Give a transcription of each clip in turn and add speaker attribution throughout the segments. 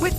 Speaker 1: With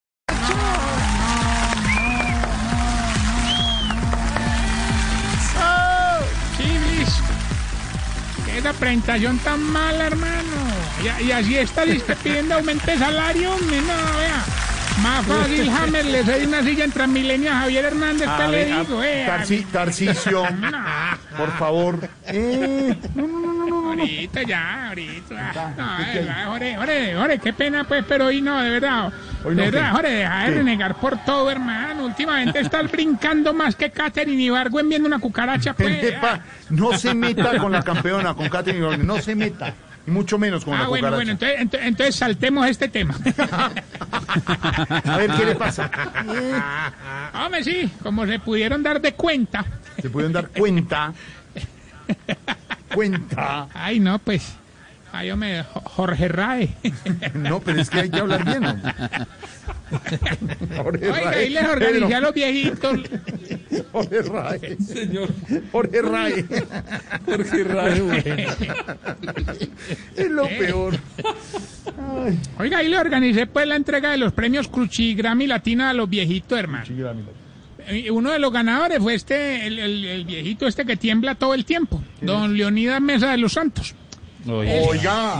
Speaker 2: ¡Oh! ¡Qué ¡Qué esa presentación tan mala, hermano! Y, y así está lista pidiendo aumente salario, hombre, no, vea. Más fácil, Hammer, le doy una silla en Transmilenio a Javier Hernández, ¿qué le digo? Eh,
Speaker 3: Tarci- Tarcisio, por favor. Eh,
Speaker 2: Ahorita ya, ahorita. No, de verdad, Jorge, Jorge, Jorge, qué pena, pues, pero hoy no, de verdad.
Speaker 3: Hoy no,
Speaker 2: de verdad,
Speaker 3: ¿qué?
Speaker 2: Jorge, deja de renegar por todo, hermano. Últimamente estás brincando más que Katherine Ibargüen viendo una cucaracha, pues.
Speaker 3: Pepa, no se meta con la campeona, con Katherine Ibargüen, no se meta. Y mucho menos con
Speaker 2: Ah,
Speaker 3: la
Speaker 2: bueno,
Speaker 3: cucaracha.
Speaker 2: bueno, entonces, ento- entonces saltemos este tema.
Speaker 3: A ver qué le pasa.
Speaker 2: Ah, Hombre, sí, como se pudieron dar de cuenta.
Speaker 3: Se pueden dar cuenta. Cuenta.
Speaker 2: Ay, no, pues. Ay, hombre, Jo- Jorge Rae.
Speaker 3: No, pero es que hay que hablar bien. hombre. Jorge
Speaker 2: Oiga, ahí
Speaker 3: Rae,
Speaker 2: les
Speaker 3: Pedro,
Speaker 2: organizé a los viejitos.
Speaker 3: Jorge Rae.
Speaker 4: Señor
Speaker 3: Jorge Rae.
Speaker 4: Jorge Raúl.
Speaker 3: Es lo peor.
Speaker 2: Oiga, ahí le organicé pues la entrega de los premios Cruci Grammy Latina a los viejitos, hermano. Y Uno de los ganadores fue este, el, el- el viejito este que tiembla todo el tiempo, don Leonidas Mesa de los Santos.
Speaker 3: Oiga.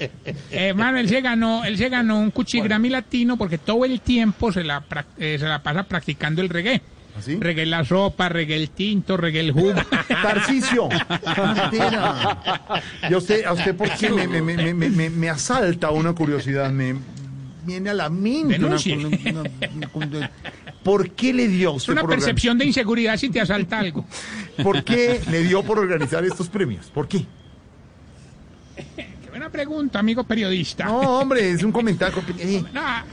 Speaker 2: Eh, Hermano, él se ganó, él se ganó un cuchigrami latino porque todo el tiempo se la, prac- eh, se la pasa practicando el reggae.
Speaker 3: ¿Así?
Speaker 2: Reggae la sopa, reggae el tinto, reggae el jugo.
Speaker 3: Este Tarcicio. Y a usted, a usted porque me, me, me, me, me, me asalta una curiosidad, me viene a la mente. Una,
Speaker 2: Denuncie.
Speaker 3: una- una- una- ¿Por qué le dio a
Speaker 2: Es
Speaker 3: usted
Speaker 2: una
Speaker 3: por, organi-
Speaker 2: percepción de inseguridad si te asalta algo.
Speaker 3: ¿Por qué le dio por organizar estos premios? ¿Por qué?
Speaker 2: Qué buena pregunta, amigo periodista.
Speaker 3: No, hombre, es un comentario. Eh,
Speaker 2: No, ah,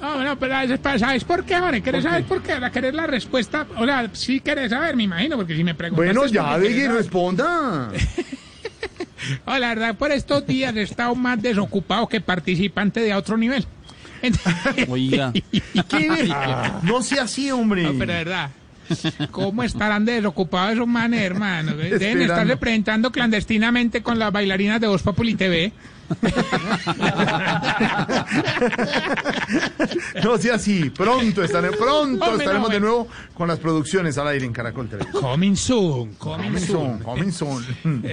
Speaker 2: no, no, pero a veces pasa, ¿sabes por qué, Jorge? ¿Querés
Speaker 3: ¿Por qué?
Speaker 2: saber por qué? Ahora, ¿Querés la respuesta? O sea, sí querés saber, me imagino, porque si me preguntas...
Speaker 3: Bueno, ya, de que responda.
Speaker 2: No, la verdad, por estos días he estado más desocupado que participante de a otro nivel. Ent-
Speaker 4: Oiga.
Speaker 3: ¿Qué? Ah, No sea así, hombre.
Speaker 2: No, pero de verdad. ¿Cómo estarán de desocupados esos manes, hermano? Deben
Speaker 3: Esperando.
Speaker 2: estarse presentando clandestinamente con las bailarinas de Voz Populi TV.
Speaker 3: No sea así. Pronto estaremos, pronto
Speaker 2: Hombre, no,
Speaker 3: estaremos de
Speaker 2: bueno.
Speaker 3: nuevo con las producciones al aire en Caracol Televisión.
Speaker 2: Coming soon, coming soon.
Speaker 3: Comenzón, comenzón.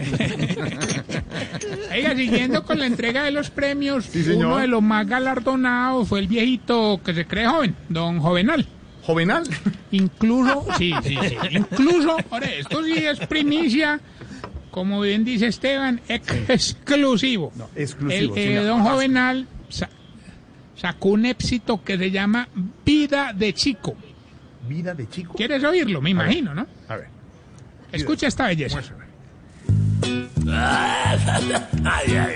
Speaker 2: Oiga, siguiendo con la entrega de los premios,
Speaker 3: Sí, señor.
Speaker 2: uno de los más galardonados fue el viejito que se cree joven, don Jovenal.
Speaker 3: Jovenal.
Speaker 2: Incluso, sí, sí, sí. Incluso, ahora, esto sí es primicia, como bien dice Esteban, exclusivo.
Speaker 3: Exclusivo.
Speaker 2: El, eh,
Speaker 3: sí,
Speaker 2: don Jovenal sa- sacó un éxito que se llama Vida de Chico.
Speaker 3: Vida de chico.
Speaker 2: ¿Quieres oírlo? Me imagino, ¿no?
Speaker 3: A ver.
Speaker 2: Escucha esta belleza.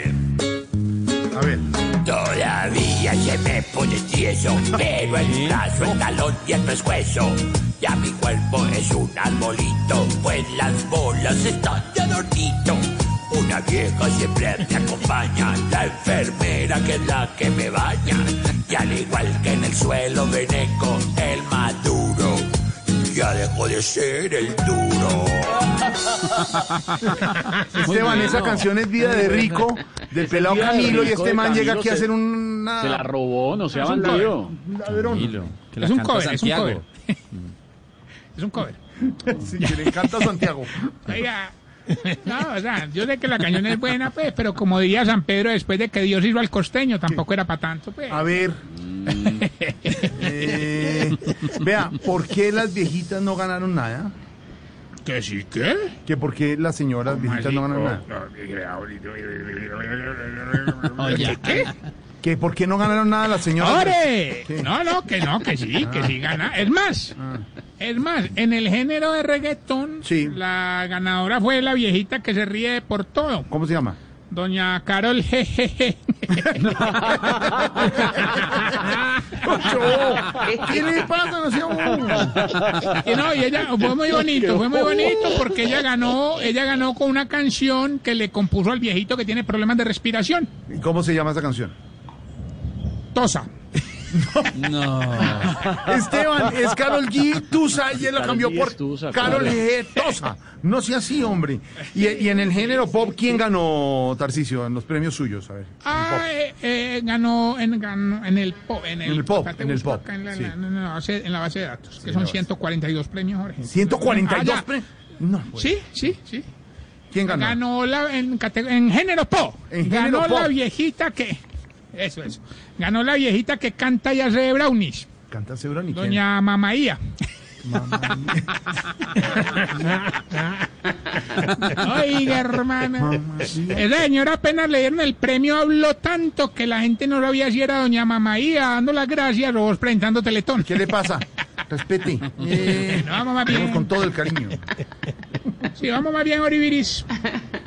Speaker 3: A ver.
Speaker 5: Todavía se me pone tieso, pero el brazo, el talón y el pescuezo. Ya mi cuerpo es un arbolito, pues las bolas están de adornito. Una vieja siempre me acompaña, la enfermera que es la que me baña. Y al igual que en el suelo veneco, el maduro ya dejó de ser el duro.
Speaker 3: Esteban, esa canción es Vida de Rico, del pelado
Speaker 6: Vida de
Speaker 3: Camilo, y
Speaker 6: Rico
Speaker 3: este
Speaker 6: de
Speaker 3: man llega
Speaker 6: Camilo
Speaker 3: aquí a
Speaker 6: se-
Speaker 3: hacer una.
Speaker 6: Se la robó, no sea
Speaker 2: Es un
Speaker 6: bandido.
Speaker 3: un ladrón.
Speaker 2: Es un cover, es un cover. Es un cover.
Speaker 3: Sí, que le encanta a Santiago.
Speaker 2: Oiga, no, o sea, yo sé que la cañón es buena, pues, pero como diría San Pedro, después de que Dios hizo al costeño, tampoco era para tanto, pues.
Speaker 3: A ver.
Speaker 6: Mm.
Speaker 3: Eh, vea, ¿por qué las viejitas no ganaron nada?
Speaker 2: ¿Que sí qué?
Speaker 3: Que por qué las señoras viejitas no ganaron nada.
Speaker 2: ¿Qué?
Speaker 3: Que por qué no ganaron nada las señoras.
Speaker 2: ¡Ore!
Speaker 3: ¿Qué?
Speaker 2: No, no, que no, que sí, que sí gana. Es más, es más, en el género de reggaetón,
Speaker 3: Ah. Sí.
Speaker 2: la ganadora fue la viejita que se ríe por todo,
Speaker 3: ¿Cómo se llama?
Speaker 2: doña Carol Jejeje.
Speaker 3: ¿Qué le pasa? No sea bobo.
Speaker 2: Y no, y ella fue muy bonito, fue muy bonito porque ella ganó, ella ganó con una canción que le compuso al viejito que tiene problemas de respiración,
Speaker 3: ¿Y cómo se llama esa canción?
Speaker 2: Tosa.
Speaker 4: No.
Speaker 3: Esteban, es Carol G. Tusa y él lo
Speaker 4: Karol
Speaker 3: cambió
Speaker 4: G.
Speaker 3: por
Speaker 4: Tusa,
Speaker 3: Carol
Speaker 4: claro.
Speaker 3: G. Tusa. No sea así, hombre. Y, y en el género pop, ¿quién ganó, Tarcicio, en los premios suyos? A ver.
Speaker 2: Ah, eh, eh, ganó, en, ganó en el pop. En el,
Speaker 3: En el pop,
Speaker 2: espérate,
Speaker 3: en el
Speaker 2: busco
Speaker 3: pop,
Speaker 2: acá En la,
Speaker 3: sí.
Speaker 2: en la- en la base, en la base de datos, que
Speaker 3: en la
Speaker 2: son
Speaker 3: base.
Speaker 2: 142 premios, Jorge. Ah,
Speaker 3: 142
Speaker 2: ya.
Speaker 3: premios. No, pues.
Speaker 2: Sí, sí, sí.
Speaker 3: ¿Quién ganó?
Speaker 2: Ganó, la, en, cate- en género pop.
Speaker 3: En género
Speaker 2: ganó la
Speaker 3: pop.
Speaker 2: viejita que. Eso, eso. Ganó la viejita que canta y hace brownies.
Speaker 3: Canta Sebrón y quién?
Speaker 2: Doña Mamaía. Oiga, hermana. Esa señora apenas le dieron el premio, habló tanto que la gente no sabía si era Doña Mamaía dando las gracias o vos presentando Teletón.
Speaker 3: ¿Qué le pasa? Respete. Eh,
Speaker 2: No, mamá, bien.
Speaker 3: vamos con todo el cariño.
Speaker 2: Sí, vamos más bien, Oribiris,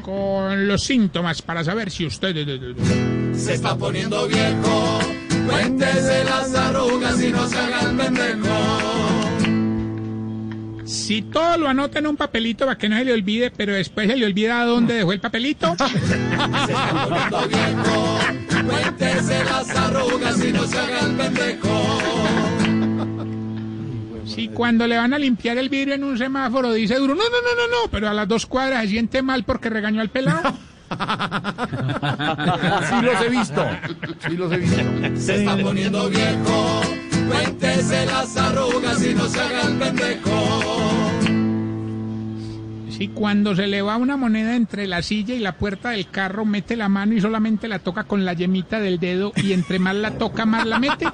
Speaker 2: con los síntomas para saber si usted... Si todo lo anota en un papelito para que no se le olvide, pero después se le olvida dónde dejó el papelito. Si cuando le van a limpiar el vidrio en un semáforo dice duro, no, no, no, no, no, pero a las dos cuadras se siente mal porque regañó al pelado.
Speaker 3: Sí los he visto. Sí los he visto.
Speaker 2: Si cuando se le va una moneda entre la silla y la puerta del carro, mete la mano y solamente la toca con la yemita del dedo y entre más la toca, más la mete.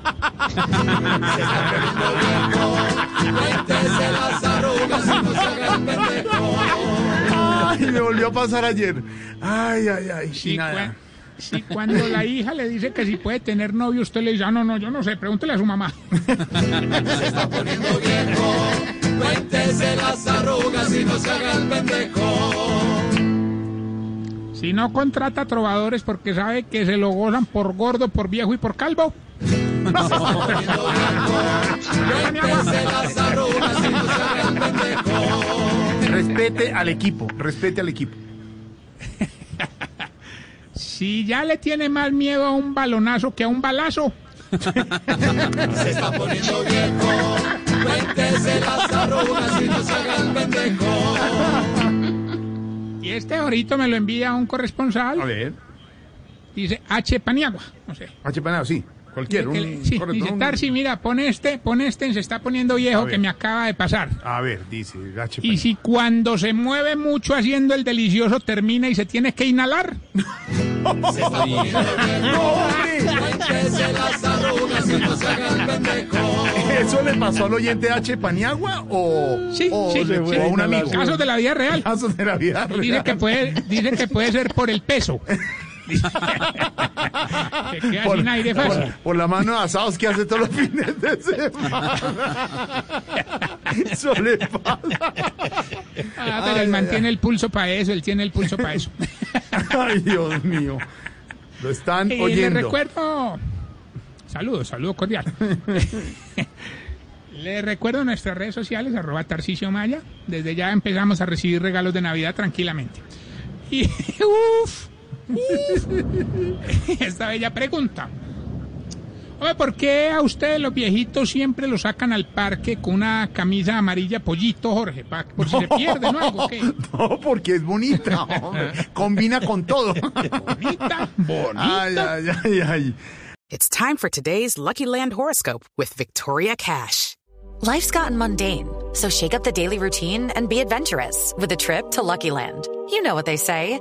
Speaker 3: Ay, me volvió a pasar ayer. Ay, ay, ay.
Speaker 2: Si,
Speaker 3: y nada.
Speaker 2: cua- si cuando la hija le dice que si puede tener novio, usted le dice, ah, no, no, yo no sé, pregúntele a su mamá. Si no contrata trovadores porque sabe que se lo gozan por gordo, por viejo y por calvo.
Speaker 3: Respete al equipo. Respete al equipo.
Speaker 2: Si ya le tiene más miedo a un balonazo que a un balazo. Y este ahorita me lo envía un
Speaker 3: A
Speaker 2: corresponsal.
Speaker 3: ver.
Speaker 2: Dice H. Paniagua. No sé.
Speaker 3: H. Panado, sí. Cualquier.
Speaker 2: Que
Speaker 3: Un,
Speaker 2: le- sí,
Speaker 3: correcto,
Speaker 2: dice
Speaker 3: un-
Speaker 2: Tarsi, mira, pon este, pon este, se está poniendo viejo
Speaker 3: ver.
Speaker 2: que me acaba de pasar.
Speaker 3: A ver, dice H.
Speaker 2: Y
Speaker 3: Panado.
Speaker 2: si cuando se mueve mucho haciendo el delicioso termina y se tiene que inhalar.
Speaker 3: ¿Eso le pasó al oyente H. Paniagua o,
Speaker 2: Sí,
Speaker 3: o,
Speaker 2: sí,
Speaker 3: le-
Speaker 2: sí.
Speaker 3: o a un amigo?
Speaker 2: Casos de la vida real.
Speaker 3: Casos de la vida
Speaker 2: Dice
Speaker 3: real.
Speaker 2: que puede, dice que puede ser por el peso. Se queda sin aire fácil.
Speaker 3: por- por la mano de asados que hace todos los fines de semana. Eso le pasa.
Speaker 2: Ah, pero
Speaker 3: Ay,
Speaker 2: él
Speaker 3: ay,
Speaker 2: mantiene el pulso para eso, él tiene el pulso para eso.
Speaker 3: Ay, Dios mío. Lo están
Speaker 2: Y les
Speaker 3: oyendo.
Speaker 2: Eh, recuerdo. Saludos, saludo cordial. les recuerdo nuestras redes sociales, arroba Tarcicio Maya. Desde ya empezamos a recibir regalos de Navidad tranquilamente. Y uff, esta bella pregunta. Oye, ¿por qué a ustedes los viejitos siempre los sacan al parque con una camisa amarilla pollito, Jorge? Pa- por si se pierden o algo, ¿qué?
Speaker 3: No, porque es bonita, hombre. Combina con todo.
Speaker 2: Bonita, bonita.
Speaker 3: Ay, ay, ay, ay.
Speaker 6: It's time for today's Lucky Land horoscope with Victoria Cash.
Speaker 7: Life's gotten mundane, so shake up the daily routine and be adventurous with a trip to Lucky Land. You know what they say